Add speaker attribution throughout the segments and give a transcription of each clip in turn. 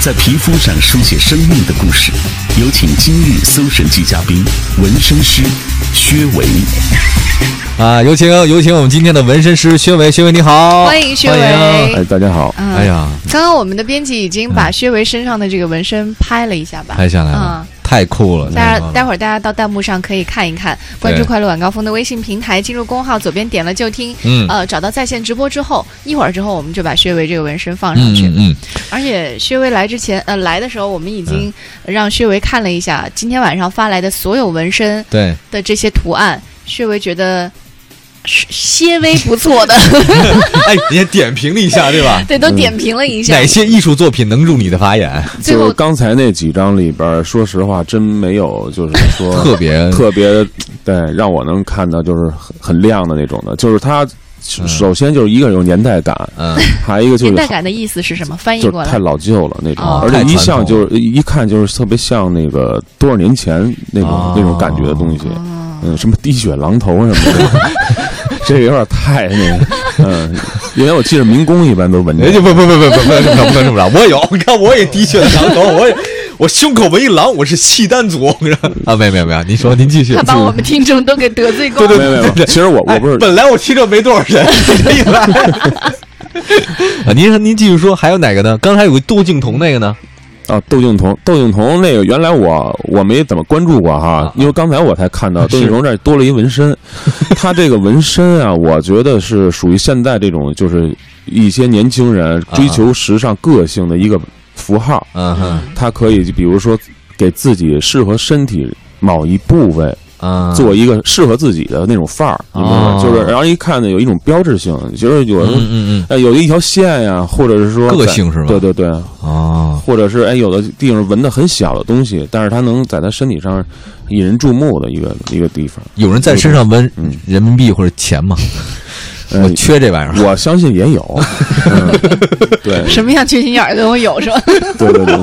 Speaker 1: 在皮肤上书写生命的故事。有请今日搜神记嘉宾纹身师薛维。
Speaker 2: 啊，有请有请我们今天的纹身师薛伟，薛伟你好，
Speaker 3: 哦欢迎啊薛伟
Speaker 2: 欢迎
Speaker 4: 哎，大家好，
Speaker 3: 嗯，
Speaker 2: 哎，呀，
Speaker 3: 刚刚我们的编辑已经把薛维身上的这个纹身拍了一下吧？
Speaker 2: 拍下来了，
Speaker 3: 嗯
Speaker 2: 太酷了！
Speaker 3: 大
Speaker 2: 太棒
Speaker 3: 家
Speaker 2: 了
Speaker 3: 待会儿大家到弹幕上可以看一看，关注
Speaker 2: 对
Speaker 3: 快乐晚高峰的微信平台，进入公号左边点了就听，
Speaker 2: 嗯
Speaker 3: 呃，找到在线直播之后，一会儿之后我们就把薛维这个纹身放上
Speaker 2: 嗯
Speaker 3: 去。
Speaker 2: 嗯嗯，
Speaker 3: 而且薛维来之前，呃，来的时候我们已经
Speaker 2: 嗯
Speaker 3: 让薛维看了一下今天晚上发来的所有纹身
Speaker 2: 对，
Speaker 3: 的这些图案，薛维觉得是些微不 错的，
Speaker 2: 哎，你也点评了一下对吧？
Speaker 3: 对，都点评了一下。
Speaker 2: 嗯哪些艺术作品能入你的法眼？
Speaker 3: 最
Speaker 4: 就是
Speaker 3: 后
Speaker 4: 刚才那几张里边儿，说实话，真没有，就是 说
Speaker 2: 特别
Speaker 4: 特别的，对，让我能看到就是很很亮的那种的。就是它首首先就是一个有年代感，
Speaker 2: 嗯，
Speaker 4: 还有一个就
Speaker 3: 年
Speaker 4: 是
Speaker 3: 代感的意思是什么？翻译
Speaker 4: 就是
Speaker 3: 过
Speaker 4: 太
Speaker 3: 来。
Speaker 4: 老旧了那种，
Speaker 3: 哦
Speaker 4: 而且
Speaker 2: 太
Speaker 4: 一
Speaker 2: 传
Speaker 4: 像
Speaker 2: 统
Speaker 4: 就
Speaker 2: 了
Speaker 4: 是一看就是特别像那个多少年前那种
Speaker 2: 哦
Speaker 4: 那种感觉的东西。
Speaker 3: 哦
Speaker 4: 嗯，什么滴血狼头什么的， 这个有点太那个，嗯，因为我记得民工一般都纹
Speaker 2: 人
Speaker 4: 这
Speaker 2: 家
Speaker 4: 个，
Speaker 2: 不不不不不不能不能这么着，我有，你看我也的确狼头，我也我胸口纹一狼，我是契丹族啊，没有没有没有，您说您继续
Speaker 3: 他。把我们听众都给得罪过
Speaker 2: 对
Speaker 3: 了。
Speaker 2: 对
Speaker 4: 没有没有没有，其实我我不是
Speaker 2: 哎本来我听着没多少人，一来啊，您您继续说，还有哪个呢？刚才有个窦靖童那个呢？
Speaker 4: 啊，窦靖童，窦靖童那个原来我我没怎么关注过哈
Speaker 2: 啊，
Speaker 4: 因为刚才我才 看到窦靖童这儿多了一纹身，他这个纹身啊，我觉得是属于现在这种就是一些年轻人
Speaker 2: 啊
Speaker 4: 追求时尚个性的一个符号，
Speaker 2: 嗯哼
Speaker 4: 他可以就比如说给自己适合身体某一部位
Speaker 2: 啊，
Speaker 4: 做一个适合自己的那种范儿，你明白
Speaker 2: 哦
Speaker 4: 吗？就是然后一看呢有一种标志性，就是有
Speaker 2: 嗯
Speaker 4: 人
Speaker 2: 嗯
Speaker 4: 哎有一条线呀，或者是说
Speaker 2: 个
Speaker 4: 在
Speaker 2: 性是吧
Speaker 4: 对对对，
Speaker 2: 嗯，哦，
Speaker 4: 或者是哎，有的地方纹的很小的东西，但是它能在他身体上引人注目的一个一个地 方。
Speaker 2: 有人在身上纹
Speaker 4: 嗯
Speaker 2: 人民币或者钱吗？
Speaker 4: 嗯
Speaker 2: 我缺这玩意儿。
Speaker 4: 我相信也有，嗯、对
Speaker 3: 什么样缺心眼儿都有是吧？
Speaker 4: 对对对，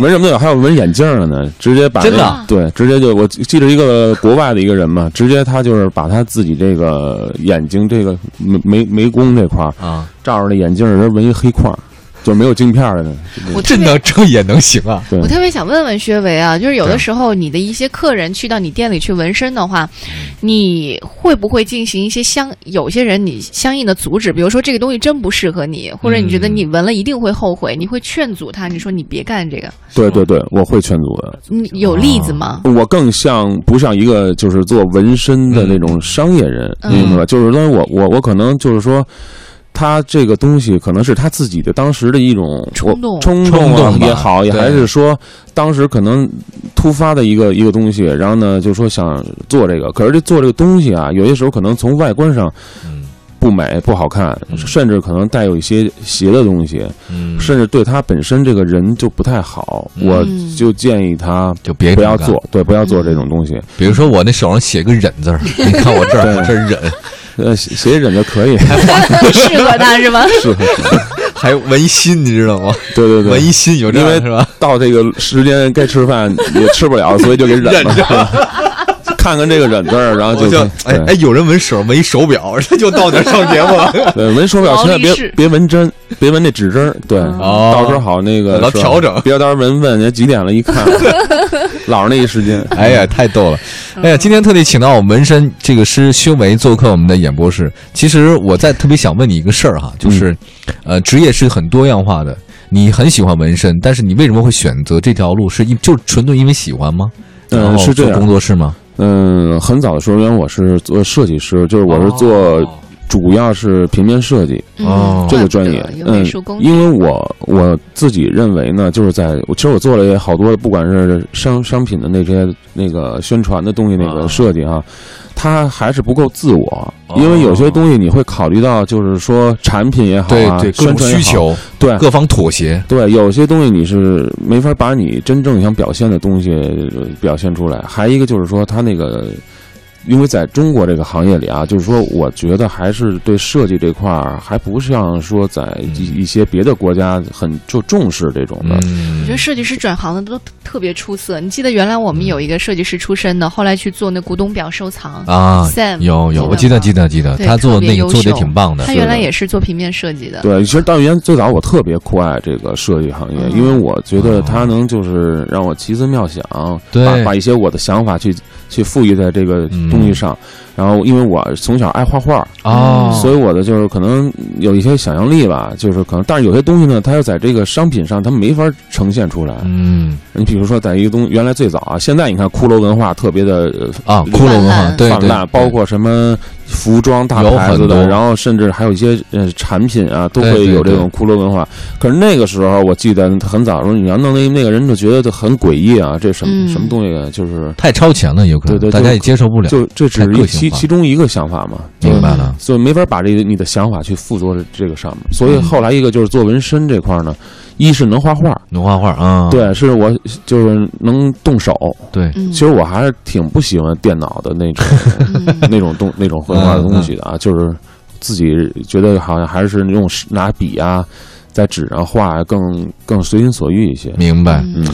Speaker 4: 纹什么都有，还有纹眼镜的呢，直接把那
Speaker 2: 真的啊
Speaker 4: 对，直接就我记得一个国外的一个人嘛，直接他就是把他自己这个眼睛这个眉眉眉弓这块儿
Speaker 2: 啊，
Speaker 4: 照着那眼镜儿人纹一黑块儿，就没有镜片儿的呢。嗯
Speaker 3: 我特
Speaker 2: 这
Speaker 3: 别
Speaker 2: 能这也能行啊？
Speaker 4: 对
Speaker 3: 我，特别想问问薛维啊，就是有
Speaker 4: 嗯
Speaker 3: 的时候你的一些客人去到你店里去纹身的话，你会不会进行一些相有些人你相应的阻止？比如说这个东西真不适合你，或者你
Speaker 4: 嗯
Speaker 3: 觉得你纹了一定会后悔，你会劝阻他，你说你别干这个。
Speaker 4: 对对对，我会劝阻的。
Speaker 3: 你
Speaker 4: 哦
Speaker 3: 有例子吗？
Speaker 4: 我更像不像一个就是做纹身的那种商业人，
Speaker 3: 嗯
Speaker 4: 你明白吧？就是说我我我可能就是说，他这个东西可能是他自己的当时的一种
Speaker 3: 冲动
Speaker 4: 我冲动啊
Speaker 2: 冲动吧
Speaker 4: 也好，也
Speaker 2: 对
Speaker 4: 还是说当时可能突发的一个一个东西，然后呢就说想做这个，可是这做这个东西啊，有些时候可能从外观上
Speaker 2: 嗯
Speaker 4: 不美不好看，
Speaker 2: 嗯
Speaker 4: 甚至可能带有一些邪的东西，
Speaker 2: 嗯
Speaker 4: 甚至对他本身这个人就不太好。
Speaker 2: 嗯
Speaker 4: 我就建议他
Speaker 2: 就别
Speaker 4: 不要
Speaker 2: 这么干
Speaker 4: 做，对，不要做这种东西。
Speaker 2: 比如说我那手上写个忍字 儿，你看我这儿
Speaker 4: 对
Speaker 2: 这儿忍，
Speaker 4: 呃，写写忍就可 以，
Speaker 3: 不适合他是吗？
Speaker 4: 是，
Speaker 2: 还有纹心，你知道吗？
Speaker 4: 对对
Speaker 2: 纹一
Speaker 4: 对。
Speaker 2: 心有这
Speaker 4: 因
Speaker 2: 个
Speaker 4: 为
Speaker 2: 是吧？
Speaker 4: 到这个时间该吃饭也吃不了，所以就给忍了。 看看这个忍字儿，然后
Speaker 2: 我
Speaker 4: 就
Speaker 2: 就哎哎，
Speaker 4: 对
Speaker 2: 有人纹手纹一手表， 这就到点上节目了。
Speaker 4: 对纹手表，
Speaker 3: 劳
Speaker 4: 千万
Speaker 3: 力
Speaker 4: 别
Speaker 3: 士
Speaker 4: 别纹针，别纹那指针儿。对，
Speaker 2: 哦
Speaker 4: 到时候好那个
Speaker 2: 老
Speaker 4: 是吧
Speaker 2: 调整
Speaker 4: 别到时候纹问人家几点了，一看老是那一时间。
Speaker 2: 哎呀，太逗了！
Speaker 3: 嗯
Speaker 2: 哎呀，今天特地请到我们纹身这个师修为做客我们的演播室。其实我在特别想问你一个事儿哈，就是，
Speaker 3: 嗯
Speaker 2: 呃，职业是很多样化的。你很喜欢纹身，但是你为什么会选择这条路？是因就纯粹因为喜欢吗？
Speaker 4: 嗯
Speaker 2: 然后
Speaker 4: 是这
Speaker 2: 做
Speaker 4: 样
Speaker 2: 工作室吗？
Speaker 4: 嗯，很早的时候，因为我是做设计师，就是我是做主要是平面设计，
Speaker 2: 哦
Speaker 3: 嗯
Speaker 4: 这个专业
Speaker 3: 怪不得，有美
Speaker 4: 嗯
Speaker 3: 术工，具，
Speaker 4: 因为我我自己认为呢，就是在我其实我做了也好多，不管是商商品的那些那个宣传的东西，那
Speaker 2: 啊
Speaker 4: 个设计啊，它还是不够自我
Speaker 2: 哦，
Speaker 4: 因为有些东西你会考虑到，就是说产品也好
Speaker 2: 对
Speaker 4: 啊，
Speaker 2: 对，各
Speaker 4: 宣
Speaker 2: 种
Speaker 4: 传也好哎
Speaker 2: 需，求，
Speaker 4: 对
Speaker 2: 各方妥协。
Speaker 4: 对，有些东西你是没法把你真正想表现的东西呃表现出来。还一个就是说，它那个因为在中国这个行业里啊，就是说，我觉得还是对设计这块儿，还不像说在一一些别的国家很就重视这种
Speaker 2: 嗯
Speaker 4: 的。
Speaker 3: 我觉得设计师转行的都特别出色。你记得原来我们有一个设计师出身的，后来去做那古董表收藏
Speaker 2: 啊
Speaker 3: Sam，
Speaker 2: 有有，我记得记
Speaker 3: 得
Speaker 2: 得记得，
Speaker 3: 对
Speaker 2: 他做
Speaker 3: 特别
Speaker 2: 那个
Speaker 3: 优
Speaker 2: 做的
Speaker 3: 秀
Speaker 2: 挺棒
Speaker 3: 吗。
Speaker 2: 的
Speaker 3: 他，原来也是做平面设计的，
Speaker 4: 对，其实到原最早我特别酷爱这个设计行业，
Speaker 3: 嗯
Speaker 4: 因为我觉得它能就是让我奇思妙想，
Speaker 2: 对
Speaker 4: 把把一些我的想法去去赋予在这个东西上。然后，因为我从小爱画画，
Speaker 2: 哦，
Speaker 4: 所以我的就是可能有一些想象力吧，就是可能，但是有些东西呢，它要在这个商品上它没法呈现出来。
Speaker 2: 嗯
Speaker 4: 你比如说，在一个东原来最早啊，现在你看骷髅文化特别的呃
Speaker 2: 啊，骷髅文化
Speaker 3: 泛滥
Speaker 2: 对
Speaker 4: 泛
Speaker 2: 对
Speaker 4: 滥，，包括什么服装大牌
Speaker 2: 有很多
Speaker 4: 子的，然后甚至还有一些呃产品啊，都
Speaker 2: 对
Speaker 4: 会
Speaker 2: 对
Speaker 4: 有这种骷髅文化。可是那个时候，我记得很早的时候，你要弄那那个人就觉得就很诡异啊，这什么、
Speaker 3: 嗯
Speaker 4: 什么东西啊，就是
Speaker 2: 太超前了，有可能
Speaker 4: 对对
Speaker 2: 大
Speaker 4: 就
Speaker 2: 家也接受不了，
Speaker 4: 就嗯这只
Speaker 2: 太
Speaker 4: 是
Speaker 2: 个
Speaker 4: 一
Speaker 2: 性
Speaker 4: 其
Speaker 2: 化
Speaker 4: 其中一个想法嘛，就
Speaker 2: 明白了。
Speaker 4: 所以没法把这个你的想法去附着这个上面。所以后来一个就是做纹身这块儿呢，一是能画画，
Speaker 2: 能画画啊，
Speaker 4: 对，是我就是能动手。
Speaker 2: 对，
Speaker 3: 嗯，
Speaker 4: 其实我还是挺不喜欢电脑的那种
Speaker 3: 嗯
Speaker 4: 那种东那种绘画的东西的啊，就是自己觉得好像还是用拿笔啊，在纸上画更更随心所欲一些。
Speaker 2: 明白。
Speaker 3: 嗯
Speaker 4: 嗯，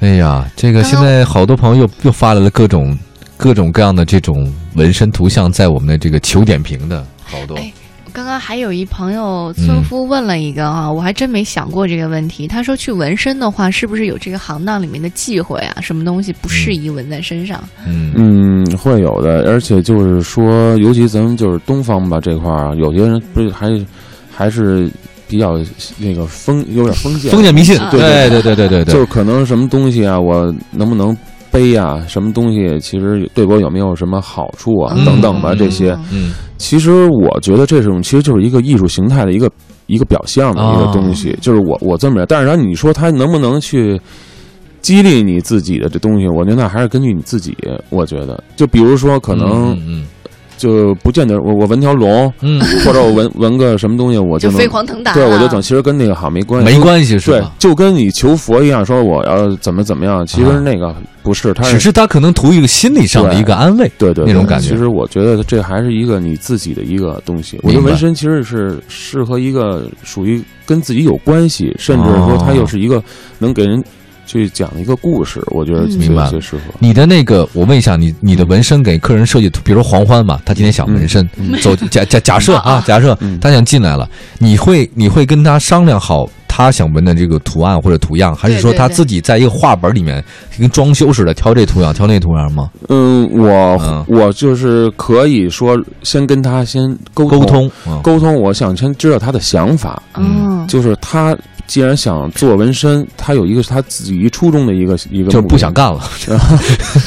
Speaker 2: 哎呀，这个
Speaker 3: 刚
Speaker 2: 现
Speaker 3: 刚
Speaker 2: 在好多朋友又又发来了各种各种各样的这种纹身图像，在我们的这个求点评的好多。
Speaker 3: 哎刚刚还有一朋友
Speaker 2: 嗯
Speaker 3: 村夫问了一个啊，我还真没想过这个问题。他说去纹身的话，是不是有这个行当里面的忌讳啊？什么东西不适宜纹在身上？
Speaker 2: 嗯
Speaker 4: 嗯，会有的，而且就是说，尤其咱们就是东方吧这块儿啊，有些人不是还还是比较那个封有点封建，
Speaker 2: 封建迷信，
Speaker 3: 啊
Speaker 2: 对对对对对
Speaker 4: 就
Speaker 2: 对，
Speaker 4: 是可能什么东西啊，我能不能背啊，什么东西其实对我有没有什么好处啊，
Speaker 2: 嗯
Speaker 4: 等等吧，
Speaker 2: 嗯
Speaker 4: 这些。
Speaker 2: 嗯
Speaker 4: 其实我觉得这种其实就是一个艺术形态的一个一个表象的一
Speaker 2: 哦
Speaker 4: 个东西，就是我我这么着。但是然后你说它能不能去激励你自己的这东西，我觉得那还是根据你自己。我觉得，就比如说可能
Speaker 2: 嗯
Speaker 4: 就不见得我我纹条龙，
Speaker 2: 嗯嗯
Speaker 4: 或者我纹纹个什么东西，我
Speaker 3: 就
Speaker 4: 能
Speaker 3: 飞黄腾达、啊，
Speaker 4: 对我就等，其实跟那个好没关
Speaker 2: 嗯，
Speaker 4: 系，
Speaker 2: 没关系是
Speaker 4: 对
Speaker 2: 吧，？
Speaker 4: 就跟你求佛一样，说我要怎么怎么样，其
Speaker 2: 啊
Speaker 4: 实那个不是，它
Speaker 2: 只
Speaker 4: 是
Speaker 2: 是他可能图一个心理上的一个安慰。
Speaker 4: 对对
Speaker 2: 那种
Speaker 4: 对
Speaker 2: 感觉
Speaker 4: 其实我觉得这还是一个你自己的一个东西。我觉
Speaker 2: 明
Speaker 4: 得
Speaker 2: 白
Speaker 4: 纹身其实是适合一个属于跟自己有关系，甚至说它又是一个能给人去讲的一个故事。我觉得
Speaker 3: 嗯
Speaker 4: 最
Speaker 2: 明白了
Speaker 4: 最适合。
Speaker 2: 你的那个，我问一下，你你的纹身给客人设计图，比如说黄欢嘛，他今天想纹身，
Speaker 4: 嗯
Speaker 2: 走假假假设啊，假设
Speaker 4: 嗯
Speaker 2: 他想进来了，你会你会跟他商量好他想纹的这个图案或者图样，还是说
Speaker 3: 对对
Speaker 2: 他
Speaker 3: 对
Speaker 2: 自己在一个画本里面跟装修似的挑这图样挑那图样吗？
Speaker 4: 嗯，我
Speaker 2: 嗯
Speaker 4: 我就是可以说先跟他先沟
Speaker 2: 沟
Speaker 4: 通
Speaker 2: 通，嗯
Speaker 4: 沟通，我想先知道他的想法，
Speaker 3: 嗯，
Speaker 4: 就是他。既然想做纹身，他有一个是他自己初衷的一个一个，
Speaker 2: 就是不想。干了，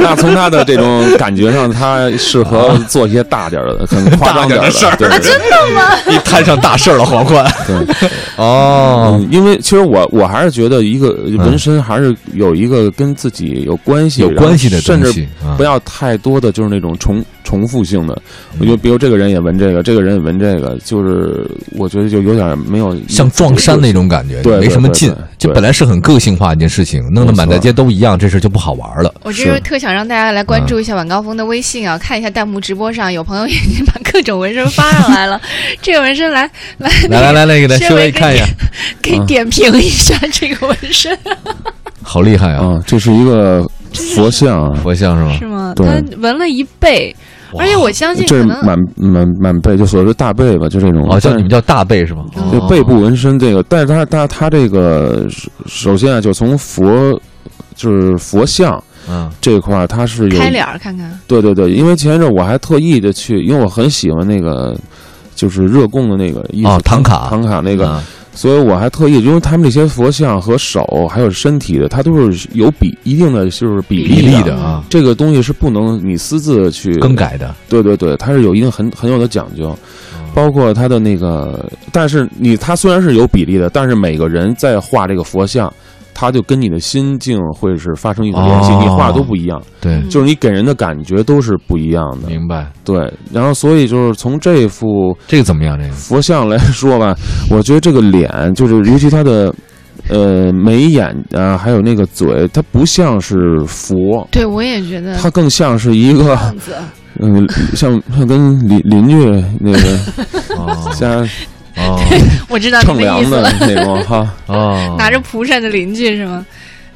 Speaker 4: 那从他的这种感觉上，他适
Speaker 2: 啊
Speaker 4: 合做一些大点儿的、很夸 张点儿的事儿。
Speaker 3: 啊
Speaker 4: 对对对
Speaker 2: 你摊上大事儿了，黄欢。
Speaker 4: 对，
Speaker 2: 哦，
Speaker 4: 嗯，因为其实我我还是觉得一个纹身还是有一个跟自己有关系、
Speaker 2: 嗯有关系的
Speaker 4: 然
Speaker 2: 东
Speaker 4: 后甚至
Speaker 2: 西，啊
Speaker 4: 不要太多的就是那种重重复性的。
Speaker 2: 嗯
Speaker 4: 我觉得，比如这个人也纹这个，这个人也纹这个，就是我觉得就有点没有
Speaker 2: 像撞衫那。种感觉，
Speaker 4: 对对
Speaker 2: 没什么劲
Speaker 4: 对对。
Speaker 2: 就
Speaker 4: 对
Speaker 2: 本来是很个性化一件事情，弄得
Speaker 4: 没错
Speaker 2: 满大街都一样，这事就不好玩了。
Speaker 3: 我这就是
Speaker 4: 是
Speaker 3: 特想让大家来关注一下晚高峰的微信啊，看一下弹幕直播上有朋友已经把各种纹身发 上来了，这个纹身来来
Speaker 2: 来来来，那个来，
Speaker 3: 先
Speaker 2: 稍微
Speaker 3: 来给
Speaker 2: 看一下，
Speaker 3: 给点评一下 这个纹身、
Speaker 2: 好厉害啊！
Speaker 4: 啊，这是一个佛像啊，
Speaker 2: 佛像是吗？
Speaker 3: 是吗？
Speaker 4: 对
Speaker 3: 他纹了一倍，
Speaker 2: 哇
Speaker 3: 而且我相信
Speaker 4: 这
Speaker 3: 可
Speaker 4: 是
Speaker 3: 能
Speaker 4: 满满满背，就所谓的大背吧，就这种。
Speaker 2: 哦，叫
Speaker 4: 但
Speaker 2: 你们叫大背是吗？
Speaker 3: 嗯
Speaker 4: 就
Speaker 2: 哦
Speaker 4: 背部纹身这个，但是它它它这个首首先啊，就从佛就是佛像
Speaker 2: 嗯，
Speaker 4: 这块儿，它是有
Speaker 3: 开脸儿看看，
Speaker 4: 对对对，因为前一阵我还特意的去，因为我很喜欢那个就是热贡的那个艺术
Speaker 2: 哦唐卡嗯
Speaker 4: 唐卡那
Speaker 2: 那
Speaker 4: 个，所以我还特意，因为他们这些佛像和手还有身体的，它都是有比一定的就是比
Speaker 2: 比例
Speaker 4: 例
Speaker 2: 的啊，
Speaker 4: 这个东西是不能你私自去
Speaker 2: 更改的，
Speaker 4: 对对对，它是有一定很很有的讲究，包括它的那个，但是你它虽然是有比例的，但是每个人在画这个佛像，它就跟你的心境会是发生一种联系，
Speaker 2: 哦
Speaker 4: 你画都不一样，
Speaker 2: 对，
Speaker 3: 嗯
Speaker 4: 就是你给人的感觉都是不一样的。
Speaker 2: 明白。
Speaker 4: 对，然后所以就是从这幅
Speaker 2: 这个怎么样？这个
Speaker 4: 佛像来说吧，我觉得这个脸就是，尤其它的呃眉眼啊，还有那个嘴，它不像是佛，
Speaker 3: 对我也觉
Speaker 2: 嗯
Speaker 3: 得
Speaker 4: 它更像是一个
Speaker 3: 样子。
Speaker 4: 嗯、像像跟邻邻居那个
Speaker 2: 哦
Speaker 4: 家
Speaker 2: 哦
Speaker 3: 我知道
Speaker 4: 乘
Speaker 3: 你的意
Speaker 4: 凉
Speaker 3: 思
Speaker 4: 的
Speaker 2: 啊
Speaker 3: 了，
Speaker 4: 那种哈。
Speaker 2: 哦，
Speaker 3: 拿着蒲扇的邻居是吗？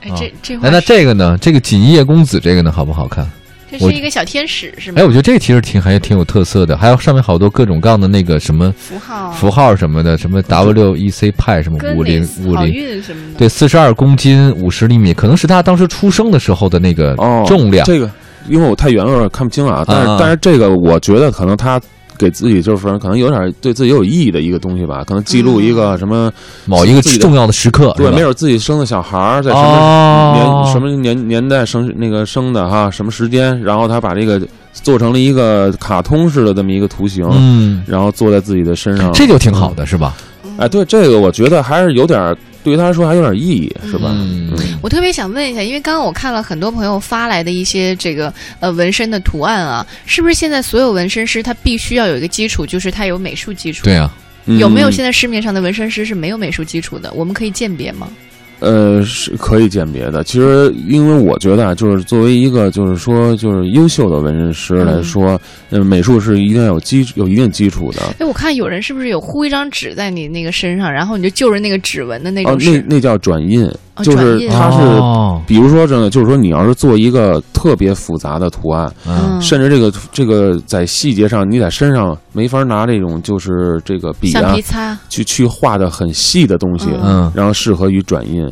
Speaker 3: 哎，
Speaker 2: 啊
Speaker 3: 这这话
Speaker 2: 哎，那
Speaker 3: 是
Speaker 2: 这个呢？这个锦衣夜公子这个呢，好不好
Speaker 3: 嗯
Speaker 2: 看？
Speaker 3: 这
Speaker 2: 我
Speaker 3: 是一个小天使是吗
Speaker 2: 哎，？我觉得这个其实挺还挺有特色的，还有上面好多各种各样的那个什么
Speaker 3: 符号啊、
Speaker 2: 符号什么的，什么 W E C 派什么
Speaker 3: 跟
Speaker 2: 五零
Speaker 3: 那
Speaker 2: 五
Speaker 3: 好
Speaker 2: 零，
Speaker 3: 运什么的。
Speaker 2: 对，四十二公斤，五十厘米，可能是他当时出生的时候的那个
Speaker 4: 哦，
Speaker 2: 重量。
Speaker 4: 这个，因为我太原味儿看不清啊，但是、
Speaker 2: 啊
Speaker 4: 但是这个我觉得可能他。给自己就是可能有点对自己有意义的一个东西吧，可能记录一
Speaker 2: 嗯
Speaker 4: 个什
Speaker 2: 哦
Speaker 4: 么，
Speaker 2: 某一个
Speaker 4: 自己的
Speaker 2: 重要的时刻，
Speaker 4: 对，没
Speaker 2: 有
Speaker 4: 准自己生的小孩儿在什么年、
Speaker 2: 哦，
Speaker 4: 什么年年代生那个生的哈，什么时间，然后他把这个做成了一个卡通式的这么一个图形，
Speaker 2: 嗯，
Speaker 4: 然后坐在自己的身上，
Speaker 2: 这就挺好。的，是吧？
Speaker 4: 哎，对这个我觉得还是有点儿对于他来说还有点意义，是吧？
Speaker 2: 嗯
Speaker 3: 我特别想问一下，因为刚刚我看了很多朋友发来的一些这个呃纹身的图案啊，是不是现在所有纹身师他必须要有一个基础，就是他有美术基础？
Speaker 2: 对啊，
Speaker 4: 嗯
Speaker 3: 有没有现在市面上的纹身师是没有美术基础的？我们可以鉴别吗？
Speaker 4: 呃，是可以鉴别的。其实，因为我觉得啊，就是作为一个就是说就是优秀的纹身师
Speaker 3: 嗯
Speaker 4: 来说，呃，美术是一定要有基有一定基础的。
Speaker 3: 哎，我看有人是不是有糊一张纸在你那个身上，然后你就就着那个指纹的那种，
Speaker 4: 哦那
Speaker 3: 是？
Speaker 4: 那叫转印。
Speaker 3: 哦
Speaker 4: 就是啊
Speaker 3: 转印
Speaker 4: 它是
Speaker 2: 哦
Speaker 4: 比如说，真的就是说，你要是做一个特别复杂的图案，
Speaker 2: 嗯，
Speaker 4: 甚至这个这个在细节上，你在身上没法拿这种就是这个笔
Speaker 3: 橡
Speaker 4: 啊
Speaker 3: 皮擦，
Speaker 4: 去去画的很细的东西，
Speaker 3: 嗯
Speaker 2: 嗯
Speaker 4: 然后适合于转印，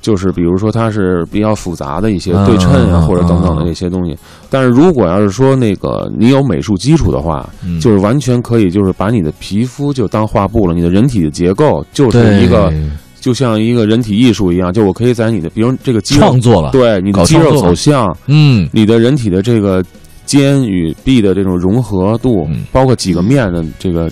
Speaker 4: 就是比如说它是比较复杂的一些
Speaker 2: 嗯
Speaker 4: 对称啊、
Speaker 2: 嗯
Speaker 4: 或者等等的
Speaker 2: 嗯
Speaker 4: 这些东西。但是如果要是说那个你有美术基础的话，
Speaker 2: 嗯
Speaker 4: 就是完全可以就是把你的皮肤就当画布了，你的人体的结构就是
Speaker 2: 对
Speaker 4: 一个就像一个人体艺术一样，就我可以在你的比如这个肌肉
Speaker 2: 创作了，
Speaker 4: 对你的
Speaker 2: 搞
Speaker 4: 肌
Speaker 2: 创
Speaker 4: 肉
Speaker 2: 作
Speaker 4: 走向，
Speaker 2: 嗯，
Speaker 4: 你的人体的这个肩与臂的这种融合度，
Speaker 2: 嗯
Speaker 4: 包括几个面的这个。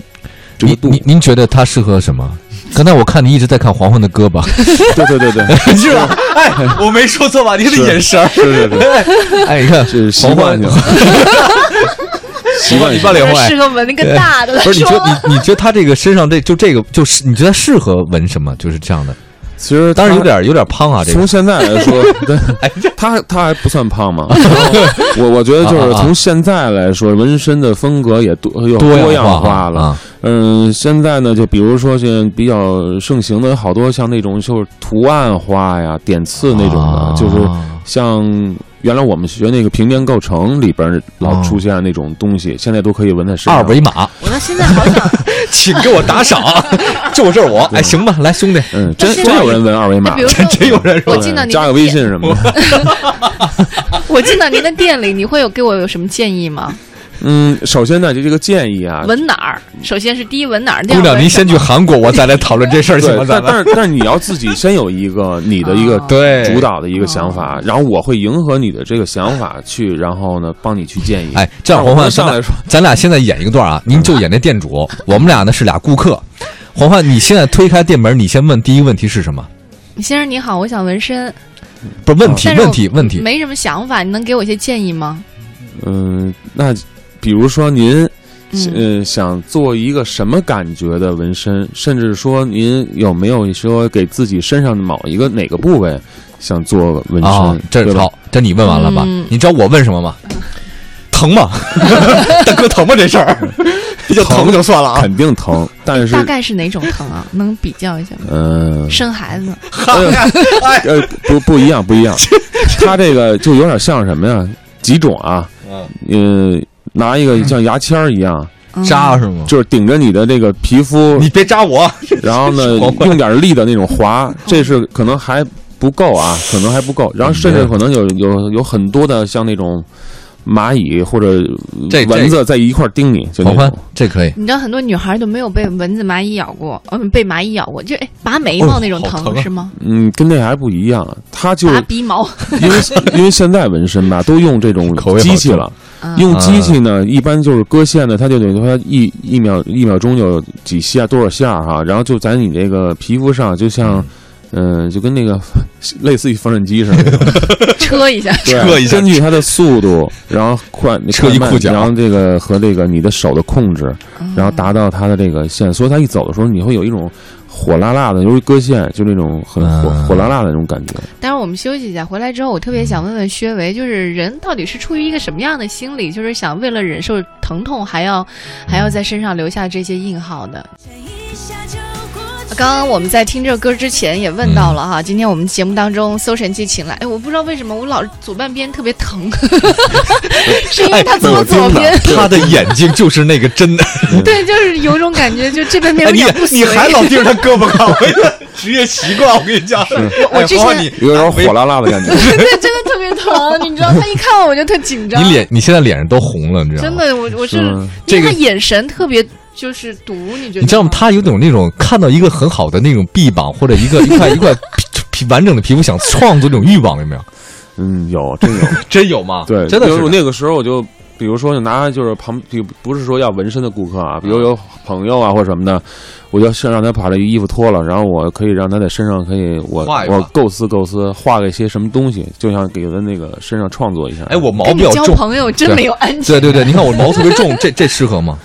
Speaker 4: 这个
Speaker 2: 您
Speaker 4: 度，
Speaker 2: 您您觉得它适合什么？刚才我看你一直在看黄昏的胳膊，
Speaker 4: 对对对 对，
Speaker 2: 是吧？哎，我没说错吧？你的
Speaker 4: 是
Speaker 2: 眼神儿，
Speaker 4: 对 对对，
Speaker 2: 哎，你看，
Speaker 4: 这是习惯性，习惯
Speaker 2: 你
Speaker 4: 性
Speaker 2: 把。脸
Speaker 3: 适
Speaker 2: 坏。
Speaker 3: 合纹那个大的来
Speaker 2: 不是你
Speaker 3: 说
Speaker 2: 觉得你你觉得他这个身上这就这个就是你觉得适合纹什么？就是这样的，
Speaker 4: 其实
Speaker 2: 当然有
Speaker 4: 他
Speaker 2: 点有点胖啊，这个哎
Speaker 4: 从现在 来说，对他他还不算胖嘛。我我觉得就
Speaker 2: 啊
Speaker 4: 是
Speaker 2: 啊啊
Speaker 4: 从现在来说，纹身的风格也多又
Speaker 2: 多
Speaker 4: 样
Speaker 2: 化
Speaker 4: 化了。
Speaker 2: 啊，
Speaker 4: 嗯，现在呢，就比如说现在比较盛行的好多像那种就是图案化呀、点刺那种
Speaker 2: 啊
Speaker 4: 的，就是像原来我们学那个平面构成里边老
Speaker 2: 哦
Speaker 4: 出现那种东西，现在都可以纹在身上。
Speaker 2: 二维码，
Speaker 3: 我到现在好想，
Speaker 2: 请给我打 赏，就是我。哎，行吧，来兄弟，
Speaker 4: 嗯，真
Speaker 3: 但是哎
Speaker 4: 真有人纹二维码
Speaker 3: 比，如 说
Speaker 2: 真有人
Speaker 3: 我
Speaker 4: 对
Speaker 3: 进到您
Speaker 4: 加
Speaker 3: 的
Speaker 4: 个微
Speaker 3: 店
Speaker 4: 信什么的。
Speaker 3: 我进到您的店里，你会有给我有什么建议吗？
Speaker 4: 嗯，首先呢，就这个建议啊，
Speaker 3: 纹哪儿？首先是第一纹哪儿？第
Speaker 2: 嗯姑
Speaker 3: 二
Speaker 2: 娘，
Speaker 3: 纹
Speaker 2: 您
Speaker 3: 什
Speaker 2: 先去
Speaker 3: 么
Speaker 2: 韩国，我再来讨论这事儿行
Speaker 4: 对
Speaker 2: 吗？，
Speaker 4: 但
Speaker 2: 咱
Speaker 4: 但
Speaker 2: 们哎
Speaker 4: 是但是你要自己先有一个你的一个
Speaker 2: 对
Speaker 4: 主导的一个想
Speaker 2: 啊
Speaker 4: 法，然后我会迎合你的这个想法去，然后呢帮你去建议。
Speaker 2: 哎，这样
Speaker 4: 但
Speaker 2: 黄
Speaker 4: 我
Speaker 2: 欢
Speaker 4: 们上
Speaker 2: 咱
Speaker 4: 来
Speaker 2: 俩
Speaker 4: 说，嗯
Speaker 2: 咱俩现在演一个段啊，您就演这店主，我们俩呢是俩顾客。黄欢，你现在推开店门，你先问第一个问题是什么？
Speaker 3: 先生你好，我想纹身，
Speaker 2: 不是问题，
Speaker 3: 但是我
Speaker 2: 问题，问题。
Speaker 3: 没什么想法，你能给我一些建议吗？
Speaker 4: 嗯，那比如说您。
Speaker 3: 嗯，
Speaker 4: 嗯，想做一个什么感觉的纹身，甚至说您有没有说给自己身上的某一个哪个部位想做纹身？
Speaker 2: 啊，这
Speaker 4: 对
Speaker 2: 是
Speaker 4: 吧
Speaker 2: 好，这你问完了吧？
Speaker 3: 嗯
Speaker 2: 你知道我问什么吗？疼吗？大哥疼吗？这事 儿要疼就算了啊。
Speaker 4: 肯定疼，但是
Speaker 3: 大概是哪种疼 啊？能比较一下吗？
Speaker 4: 嗯，
Speaker 3: 生孩子，
Speaker 4: 呃，不不一样，不 一样，它这个就有点像什么呀？几种啊？嗯，拿一个像牙签儿一样，
Speaker 3: 嗯
Speaker 2: 扎是吗？
Speaker 4: 就是顶着你的这个皮肤，
Speaker 2: 你别扎我，
Speaker 4: 然后呢
Speaker 2: 黄瓜
Speaker 4: 用点力的那种划，
Speaker 2: 哦
Speaker 4: 这是可能还不够啊，可能还不够。然后甚
Speaker 2: 嗯
Speaker 4: 至可能有有有很多的像那种蚂蚁或者
Speaker 2: 这
Speaker 4: 蚊子在一块儿叮你，就那
Speaker 2: 黄欢
Speaker 4: 种。
Speaker 2: 这可以。
Speaker 3: 你知道很多女孩都没有被蚊子、蚂蚁咬过，呃，被蚂蚁咬过，就哎拔眉毛那种
Speaker 2: 哦好疼啊
Speaker 3: 是吗？
Speaker 4: 嗯，跟那还不一样，它就
Speaker 3: 拔
Speaker 2: 啊
Speaker 4: 是
Speaker 3: 鼻毛，
Speaker 4: 因为因为现在纹身吧都用这种
Speaker 2: 口味好
Speaker 4: 机器
Speaker 2: 重
Speaker 4: 了，
Speaker 3: 嗯
Speaker 4: 用机器呢，一般就是割线呢，它就等于说一一秒一秒钟有几下多少下哈、然后就在你这个皮肤上，就像，嗯、就跟那个 类似于缝纫机似 的，
Speaker 3: 车一下，
Speaker 4: 对
Speaker 2: 车一下
Speaker 4: 根据它的速度，然后 快
Speaker 2: 车一
Speaker 4: 快慢
Speaker 2: 裤脚
Speaker 4: 然后这个和这个你的手的控制，然后达到它的这个线，所以它一走的时候，你会有一种火辣辣的，尤其割线，就那种很火、
Speaker 2: 嗯
Speaker 4: 火辣辣的那种感觉。
Speaker 3: 待会儿我们休息一下，回来之后我特别想问问薛维，就是人到底是出于一个什么样的心理，就是想为了忍受疼痛还要还要在身上留下这些印号的？刚刚我们在听这歌之前也问到
Speaker 2: 嗯
Speaker 3: 了哈，今天我们节目当中搜神记请来，哎，我不知道为什么我老是左半边特别 疼，是因为他坐我
Speaker 2: 哎
Speaker 3: 左边，
Speaker 2: 他的眼睛就是那个针，
Speaker 3: 对，就是有种感觉，就这半边
Speaker 2: 哎
Speaker 3: 有
Speaker 2: 你
Speaker 3: 点不随。
Speaker 2: 你还老盯着他胳膊看，我职业习惯，我跟你讲，
Speaker 3: 我
Speaker 2: 哎
Speaker 3: 之前
Speaker 2: 黄黄你
Speaker 4: 有点火辣辣的感觉。
Speaker 3: 对，真的特别疼，你知道，他一看我我就特紧 张。
Speaker 2: 你脸你现在脸上都红了，你知道
Speaker 3: 真
Speaker 2: 吗？
Speaker 3: 的，我我是
Speaker 4: 是吗
Speaker 3: 因
Speaker 2: 这
Speaker 3: 为
Speaker 2: 个
Speaker 3: 他眼神特别就是毒，你觉得？
Speaker 2: 你知道吗？？他有种那种看到一个很好的那种臂膀或者一个一块一块皮皮完整的皮肤想创作这种欲望，有没有？
Speaker 4: 嗯，有真有，
Speaker 2: 真有吗？
Speaker 4: 对，
Speaker 2: 真的
Speaker 4: 比如
Speaker 2: 是
Speaker 4: 我那个时候我就，比如说就拿就是旁，比不是说要纹身的顾客啊，比如有朋友啊或者什么的，我就先让他把这衣服脱了，然后我可以让他在身上可以我
Speaker 2: 画一画
Speaker 4: 我构思构思，画个一些什么东西，就想给他那个身上创作一下。
Speaker 2: 哎，我毛
Speaker 3: 跟
Speaker 2: 比
Speaker 3: 你
Speaker 2: 较
Speaker 3: 交
Speaker 2: 重，
Speaker 3: 朋友真没有安全。
Speaker 2: 对对对，你看我毛特别 重，这这适合吗？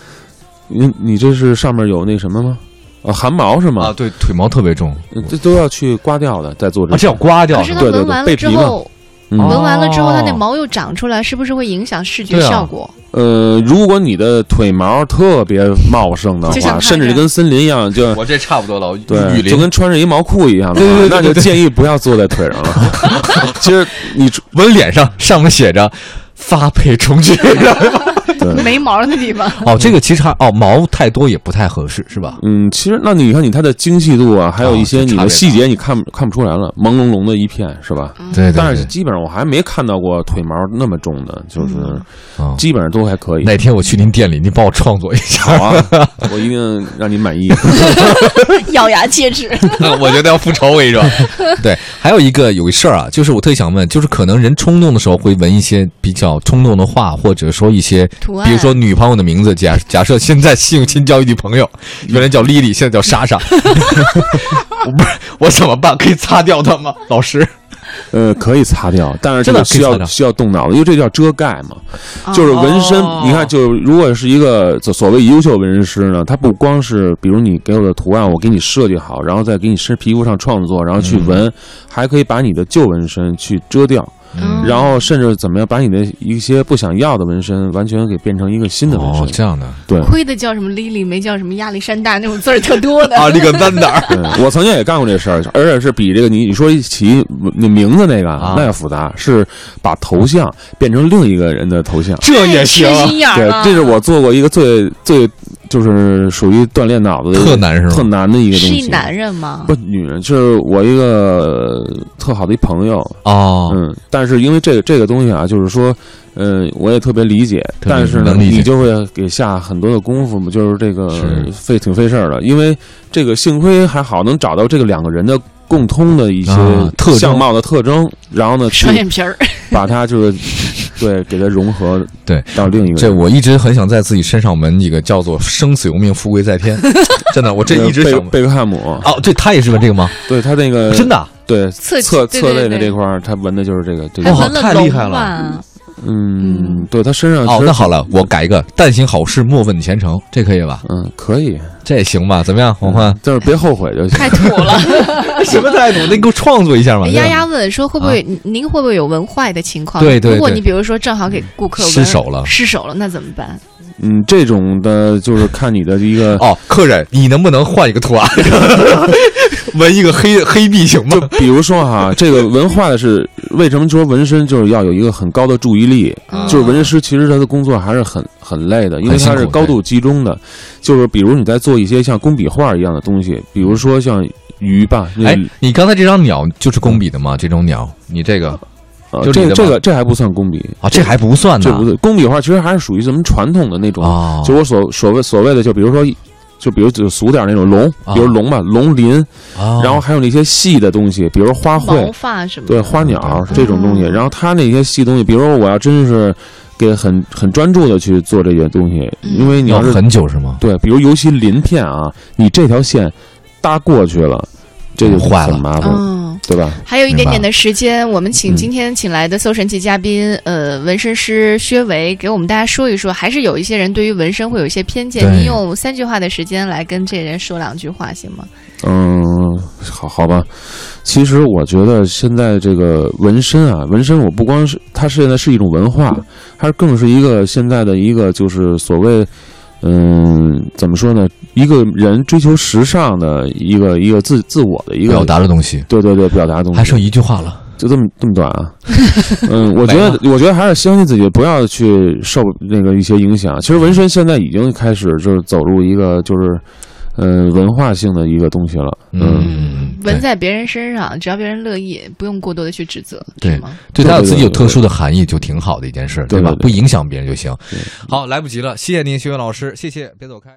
Speaker 4: 你你这是上面有那什么吗？啊，汗毛是
Speaker 2: 啊，
Speaker 4: 吗？
Speaker 2: 对，腿毛特别重，
Speaker 4: 嗯这都要去刮掉的，再做
Speaker 2: 啊，
Speaker 4: 这
Speaker 2: 这要
Speaker 4: 种。
Speaker 2: 刮掉
Speaker 3: 可是
Speaker 2: 是吧
Speaker 3: 他
Speaker 4: 对对
Speaker 3: 纹
Speaker 4: 对
Speaker 3: 完了
Speaker 4: 被
Speaker 3: 之
Speaker 4: 皮嘛
Speaker 3: 后，
Speaker 4: 嗯
Speaker 2: 哦
Speaker 3: 纹完了之后，他那毛又长出来，是不是会影响视觉
Speaker 2: 对啊
Speaker 3: 效果？
Speaker 4: 呃，如果你的腿毛特别茂盛的
Speaker 3: 就像
Speaker 4: 话，
Speaker 3: 他
Speaker 4: 甚至
Speaker 3: 这样
Speaker 4: 就跟森林一样，就
Speaker 2: 我这差不多了，
Speaker 4: 对，就跟穿着一毛裤一样的
Speaker 2: 对
Speaker 4: 话，
Speaker 2: 对对对
Speaker 4: 那就建议不要坐在腿 上了。其实你出
Speaker 2: 纹脸上上面写着发配充 军。
Speaker 4: 对，
Speaker 3: 没毛的 地方，
Speaker 2: 哦，这个其实还哦毛太多也不太合适，是吧？
Speaker 4: 嗯，其实那你看你它的精细度啊，还有一些
Speaker 2: 哦就
Speaker 4: 你
Speaker 2: 差别
Speaker 4: 的细节，你看看不出来了，朦胧胧的一片是吧？
Speaker 2: 对对
Speaker 4: 但是基本上我还没看到过腿毛那么重的，就是
Speaker 2: 哦
Speaker 4: 基本上都还可以。
Speaker 2: 哪天我去您店里，您帮我创作一 下，
Speaker 4: 好啊，我一定让你 满意。
Speaker 3: 咬牙切齿。
Speaker 2: 我觉得要复仇，我跟你说。 对，还有一个有一事儿啊，就是我特想问，就是可能人冲动的时候会纹一些比较冲动的话，或者说一些
Speaker 3: 图案
Speaker 2: 比如说女朋友的名字，假假设现在新新交一女朋友，原来叫丽丽，现在叫莎 莎，我不是我怎么办？可以擦掉它吗？老师，
Speaker 4: 呃，可以擦掉，但是这
Speaker 2: 真的
Speaker 4: 个
Speaker 2: 可以
Speaker 4: 需
Speaker 2: 擦
Speaker 4: 要
Speaker 2: 掉
Speaker 4: 需要动脑子，因为这叫遮盖嘛。就是纹身，你看，就如果是一个呃所所谓优秀纹身师呢，他不光是比如你给我的图案，我给你设计好，然后再给你身皮肤上创作，然后去纹，还可以把你的旧纹身去遮掉，
Speaker 3: 嗯
Speaker 4: 然后甚至怎么样把你的一些不想要的纹身完全给变成一个新的纹
Speaker 2: 哦，
Speaker 4: 身。
Speaker 2: 这样的
Speaker 4: 对，
Speaker 3: 亏的叫什么 Lily，没叫什么亚历山大那种字儿特多 的。
Speaker 2: 啊，那个在哪儿？
Speaker 4: 对，我曾经也干过这事儿，而且是比这个你你说起你名字那个
Speaker 2: 啊
Speaker 4: 那要复杂，是把头像变成另一个人的头像。
Speaker 2: 这
Speaker 3: 太
Speaker 2: 也行
Speaker 3: 缺，心眼儿
Speaker 4: 对
Speaker 3: 了，
Speaker 4: 这是我做过一个最最就是属于锻炼脑子的
Speaker 2: 特难是吗？
Speaker 4: 特难的一个
Speaker 3: 是
Speaker 4: 东
Speaker 3: 一
Speaker 4: 西。
Speaker 3: 男人吗
Speaker 4: 不，？女人就是我一个呃特好的一朋友，
Speaker 2: 哦，
Speaker 4: 嗯，但是因为这个这个东西啊，就是说，嗯、我也特别理解，
Speaker 2: 特别
Speaker 4: 但是呢，
Speaker 2: 能理解
Speaker 4: 你就会给下很多的功夫嘛，就是这个
Speaker 2: 是
Speaker 4: 费挺费事儿的，因为这个幸亏还好能找到这个两个人的共通的一些
Speaker 2: 啊特征
Speaker 4: 相貌的特征，然 后呢，去
Speaker 3: 双眼皮儿，
Speaker 4: 把它就是对给它融合
Speaker 2: 对
Speaker 4: 到另一个
Speaker 2: 这
Speaker 4: 人。
Speaker 2: 我一直很想在自己身上纹一个叫做“生死由命，富贵在天”， 真的，我这一直
Speaker 4: 贝
Speaker 2: 想纹。
Speaker 4: 呃贝克汉姆，
Speaker 2: 哦，对他也是纹这个吗？
Speaker 4: 对他那个
Speaker 2: 真的啊，
Speaker 4: 对
Speaker 3: 侧
Speaker 4: 侧
Speaker 3: 对
Speaker 4: 侧
Speaker 3: 对
Speaker 4: 肋的
Speaker 3: 对
Speaker 4: 这块儿，他纹的就是这个这
Speaker 2: 哇
Speaker 4: 个。
Speaker 3: 纹了
Speaker 2: 太厉害
Speaker 3: 龙啊
Speaker 2: 了
Speaker 3: 吧
Speaker 4: 嗯，对他身上
Speaker 2: 哦
Speaker 4: 其，实
Speaker 2: 那好了，我改一个“但行好事，莫问前程”，这可以吧？
Speaker 4: 嗯，可以，
Speaker 2: 这也行吧？怎么样，黄欢？
Speaker 4: 就是别后悔就行。
Speaker 3: 太土了。
Speaker 4: 嗯
Speaker 2: 什么态度？那你给我创作一下嘛
Speaker 3: 哎
Speaker 4: 哎
Speaker 3: 丫丫问说：“会不会、您会不会有纹坏的情况？
Speaker 2: 啊对对
Speaker 3: 如果
Speaker 2: 对
Speaker 3: 你比如说正好给顾客纹
Speaker 2: 失手了
Speaker 3: 失手了，那怎么办？
Speaker 4: 嗯，这种的就是看你的一个，
Speaker 2: 哦，客人，你能不能换一个图案，啊 纹一个黑黑币行吗？
Speaker 4: 比如说哈，这个文化的是为什么说纹身就是要有一个很高的注意力，
Speaker 2: 啊
Speaker 3: 嗯
Speaker 4: 就是纹身师其实他的工作还是很很累的，因为
Speaker 2: 很辛
Speaker 4: 他
Speaker 2: 苦
Speaker 4: 是高度集中的，就是比如你在做一些像工笔画一样的东西，比如说像鱼吧，那
Speaker 2: 哎，你刚才这张鸟就是工笔的吗？这种鸟，你这个
Speaker 4: 呃
Speaker 2: 就你的
Speaker 4: 这
Speaker 2: 吧
Speaker 4: 这个这还不算工笔，
Speaker 2: 啊，这还不算
Speaker 4: 这
Speaker 2: 呢
Speaker 4: 不对，工笔画其实还是属于咱们传统的那种
Speaker 2: 哦，
Speaker 4: 就我所所谓所谓的，就比如说，就比如就俗点儿那种龙，
Speaker 2: 啊
Speaker 4: 比如龙吧，龙鳞，
Speaker 2: 哦
Speaker 4: 然后还有那些细的东西，比如花
Speaker 3: 毛
Speaker 4: 卉，
Speaker 3: 发什么的？
Speaker 4: 对花鸟
Speaker 2: 对
Speaker 4: 这种东西。
Speaker 3: 嗯
Speaker 4: 然后它那些细东西，比如说我要真是给很很专注的去做这些东西，
Speaker 3: 嗯
Speaker 4: 因为你
Speaker 2: 要
Speaker 4: 要是
Speaker 2: 很久是吗？
Speaker 4: 对，比如尤其鳞片啊，你这条线搭过去了，这就
Speaker 2: 坏了
Speaker 4: 很麻烦。
Speaker 3: 嗯，
Speaker 4: 对吧？
Speaker 3: 还有一点点
Speaker 2: 明白
Speaker 3: 的时间，我们
Speaker 2: 嗯
Speaker 3: 请今天请来的搜神奇嘉宾，呃，纹身师薛维，给我们大家说一说，还是有一些人对于纹身会有一些偏见。
Speaker 2: 对
Speaker 3: 你用三句话的时间来跟这人说两句话，行吗？
Speaker 4: 嗯，好好吧。其实我觉得现在这个纹身啊，纹身我不光是它现在是一种文化，它更是一个现在的一个就是所谓，嗯，怎么说呢？一个人追求时尚的一个一个自自我的一个
Speaker 2: 表达的东西，
Speaker 4: 对对对，表达的东西。
Speaker 2: 还剩一句话了。
Speaker 4: 就这么这么短 啊？嗯，我觉
Speaker 2: 没
Speaker 4: 得，我觉得还是相信自己，不要去受那个一些影响。其实纹身现在已经开始就是走入一个就是，呃，文化性的一个东西了。嗯，
Speaker 2: 嗯，对
Speaker 3: 纹在别人身上，只要别人乐意，不用过多的去指责，
Speaker 2: 对
Speaker 3: 是吗？
Speaker 2: 对他有自己有特
Speaker 4: 对对对
Speaker 2: 殊的含义，就挺好的一件事，
Speaker 4: 对
Speaker 2: 吧
Speaker 4: 对？对
Speaker 2: 不影响别人就行
Speaker 4: 对。
Speaker 2: 好，来不及了，谢谢您，薛伟老师，谢谢，别走开。